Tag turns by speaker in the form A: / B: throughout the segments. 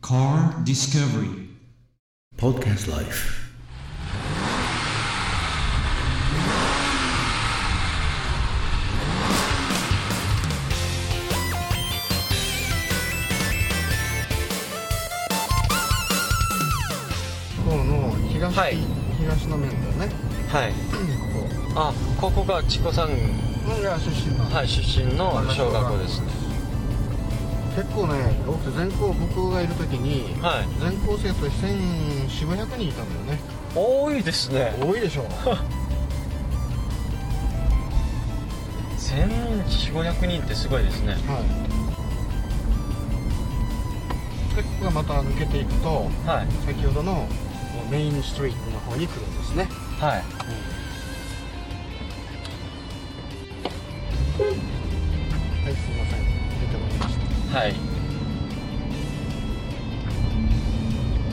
A: Car Discovery
B: Podcast Life.
C: 方の東、
D: はい
C: 東の面だよね
D: はい
C: こ
D: あここがチコさん、
C: こが出身なの
D: はい、出身の小学校ですね
C: 結構ね多くて全校僕がいる時に、
D: はい
C: 全校生徒1400人いたんだよね
D: 多いですね
C: 多いでし ょ
D: 1400人ってすごいですね
C: はいでここがまた抜けていくと
D: はい
C: 先ほどのもうメインストリートの方に来るんですね
D: はい
C: はいすいません出てもらいまし
D: はい
C: た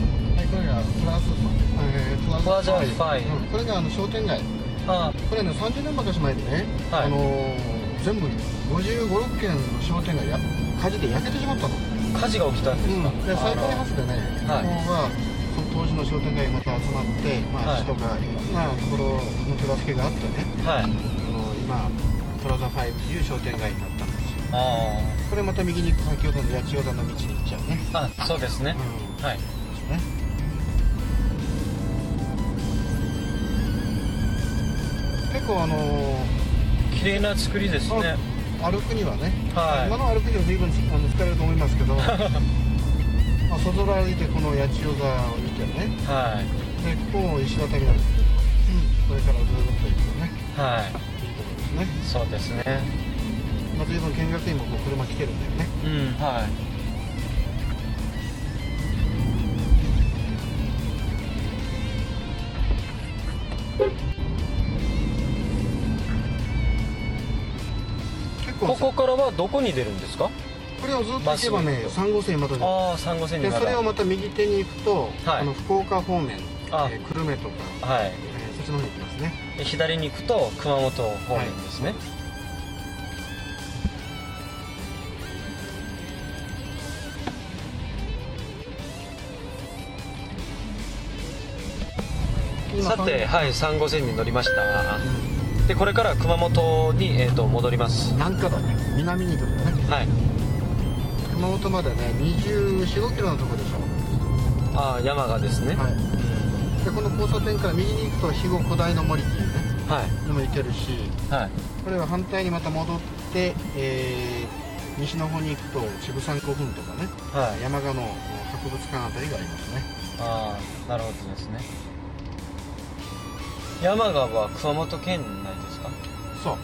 C: はいこれがプラス、えー、プラス
D: プラザファイ
C: うんこれがあの商店街
D: あ
C: これね30年昔前にね、
D: はい
C: あのー全部5 5 6軒の商店街や火事で焼けてしまったの、
D: 火事が起きたんですか、
C: で再開
D: あ
C: 発でね、
D: はい
C: ここがその当時の商店街がまた集まって、まあ、
D: はい
C: 人がいろんなところの手助けがあってね、
D: のはい
C: あの今プラザ5という商店街になったんですよ
D: あ
C: これまた右に行く先ほどの八千代田の道に行っちゃうね、
D: ーあそうですね
C: う、ん
D: はい
C: ですね結構あのー
D: 綺麗な作りですね
C: 歩くにはね、
D: はい
C: 今の歩くには随分あの疲れると思います けどまあ外側歩いてこの八千代川を見てね
D: は
C: でここも石畳なんですけど、これからずっと行くとね
D: いは
C: いい
D: い
C: ところですね、
D: そうですね
C: まあ、随分見学にもこう車来てるんだよね
D: うんはい
C: 結構
D: こ
C: さ
D: こからはどこに出るんですか
C: これをずっと行けば
D: バス
C: ね
D: の
C: 3号線またで
D: ああ3号線に
C: で
D: ま
C: そ
D: だ
C: れをまた右手に行くと、
D: はい
C: あの福岡方面、
D: あ
C: えー久留米とか、
D: はい
C: えーそっちの方に行きますね
D: で左に行くと熊本方面ですね、さて、はい、3号線に乗りました。で、これから熊本に、えー、と戻ります。
C: なんかだね南に行くんだよね
D: はい。
C: 熊本までね2 4 5キロのとこでしょ、
D: あー山がですね。
C: はい、でこの交差点から右に行くと肥後古代の森っていうね
D: は
C: のも行けるし
D: い。はい。
C: これは反対にまた戻って、えー西の方に行くと千草古墳とかね
D: はい。
C: 山鹿の博物館あたりがありますね
D: ああ、なるほどですね。山がは熊本県内ですか
C: そう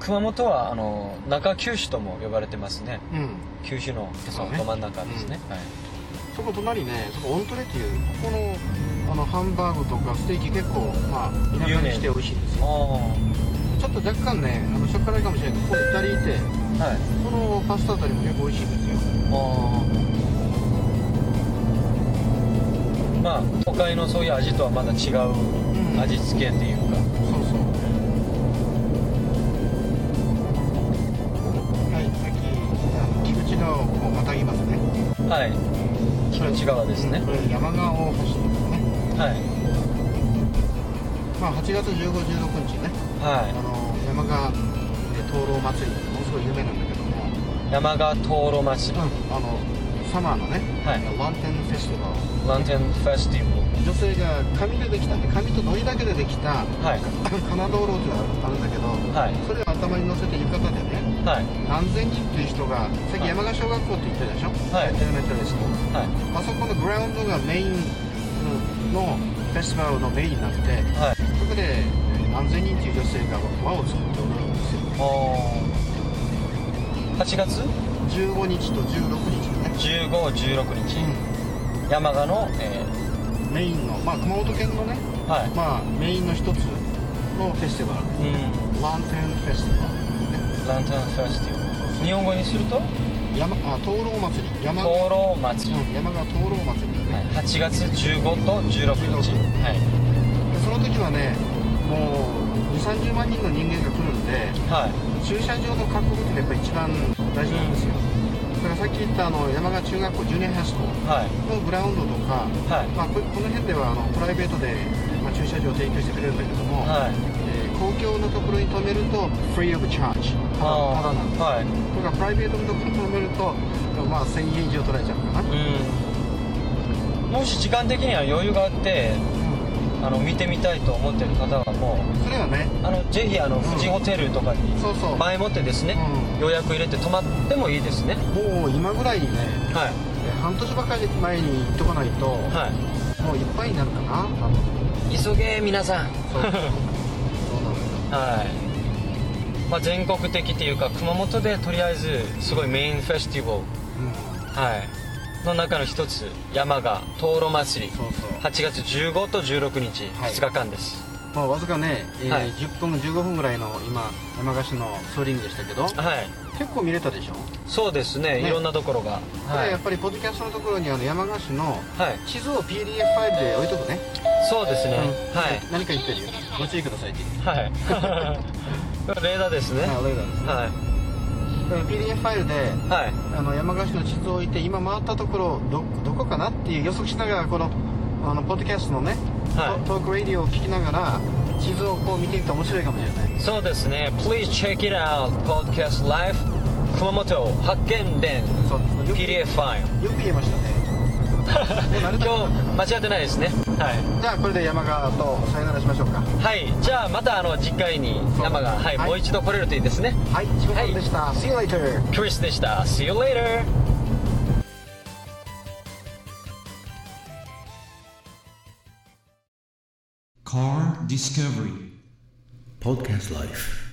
D: 熊本は、あの、中九州とも呼ばれてますね。
C: うん
D: 九州のへ
C: そ
D: そう
C: ね
D: ど真ん中ですね。はい。
C: そこ隣ねそこオントレっていうここのあのハンバーグとかステーキ結構まあ田舎にして美味しいんですよ
D: あ
C: ちょっと若干ねあのしょっぱいかもしれないけどここイタリーって
D: あ、はい。
C: このパスタあたりも結構美味しいんですよ
D: まあ都会のそういう味とはまだ違
C: ん
D: う味付けっていうか、
C: そうそうはい先あの菊池川をこうまたぎますね
D: はい菊池川ですね
C: これ山川大橋ですね
D: はい
C: まあ8月1516日ねあ
D: は
C: の山川で灯籠祭りってものすごい有名なんだけども、
D: い山川灯籠祭り
C: あのサマーのね、
D: はい
C: ワンテンフェスティバルを
D: ランテンフェスティブ
C: 女性が紙でできたね紙と糊だけでできた
D: ルはい
C: 金灯籠っていうのがあるんだけど、
D: はい
C: それを頭に乗せて浴衣でね
D: はい
C: 何千人っていう人がさっき山川小学校って言ったでしょ、
D: はい
C: エレメンタリスト
D: は
C: あそ
D: い
C: このグラウンドがメインのフェスティバルのメインになって
D: はい
C: そこでえー何千人っていう女性が輪を作って踊るんですよ
D: おー8月
C: 15日と16日のね、
D: 1516日、山川の、え
C: メインの、まあ、熊本県のね、
D: ー、はい
C: まあ、メインの一つのフェスティバル
D: うん
C: ランテンフェスティバル
D: ランテンフェスティブル日本語にすると
C: 山あ灯籠祭り山
D: 灯
C: うん
D: 籠祭り
C: 山が灯籠祭りだ
D: は
C: ね、
D: い8月15と16日は
C: でその時はねもう2 3 0万人の人間が来るんで
D: いはい
C: 駐車場の確保っていうのがやっぱり一番大事なんですよからさっき言ったあの山形中学校ジュニアハイスコール
D: はい
C: のグラウンドとか、
D: はい
C: まあ、ここの辺ではあのプライベートで、まあ、駐車場を提供してくれるんだけども、
D: はい
C: えー公共のところに止めるとフリーオブチャージただただなんです
D: はい
C: とかプライベートのところに止めると、まあ、1000円以上取られちゃうかな、
D: うんもし時間的には余裕があってあの見てみたいと思ってる方はも
C: それはね
D: うあのぜひあの
C: ん
D: 富士ホテルとかに
C: そうそう
D: 前もってですね、
C: うん
D: 予約入れて泊まってもいいですね
C: もう今ぐらいにね
D: はい
C: 半年ばかり前に行っとかないと、
D: は
C: もういっぱいになるかな多分
D: い急げ皆さん
C: そうそうなのよ
D: はい、まあ、全国的っていうか熊本でとりあえずすごいメインフェスティバル、
C: うん
D: はい、の中の一つ山が灯籠祭り
C: そうそう
D: 8月15と16日、
C: はい
D: 2日間です
C: まあわずかね、えー
D: はい
C: 10分15分ぐらいの今山鹿市のツーリングでしたけど
D: はい
C: 結構見れたでしょ、
D: そうですね
C: ね
D: いろんなところが
C: こ
D: は
C: れ
D: い
C: やっ、ぱりポッドキャストのところにあの山鹿市の
D: はい、
C: 地図を PDF ファイルで置いとくね、
D: そうですね、
C: うん
D: はい
C: 何か言ってるよご注意くださいって
D: はい レーダーですね
C: はい、俺らですねだ
D: は
C: から PDF ファイルで
D: いはい
C: あの山鹿市の地図を置いて今回ったところどどこかなっていう予測しながらこのあのポッドキャストのね、
D: はい
C: トトークラディオを聞きながら地図をこう見ていくと面白いかもしれない
D: そうですね Please check it out Podcast Live 熊本発見伝
C: そうよく
D: PDF ファイル
C: よく言えま したねもう慣れたか
D: 今日間違ってないですねは
C: じゃあこれで山鹿とさよならしましょうか
D: い、はい、じゃあまたあの次回に
C: そう
D: 山が、はい
C: はい
D: もう一度来れるといいですね
C: はい千葉さんでした、See you later
D: クリスでした See you later
A: Car Discovery.
B: Podcast Life.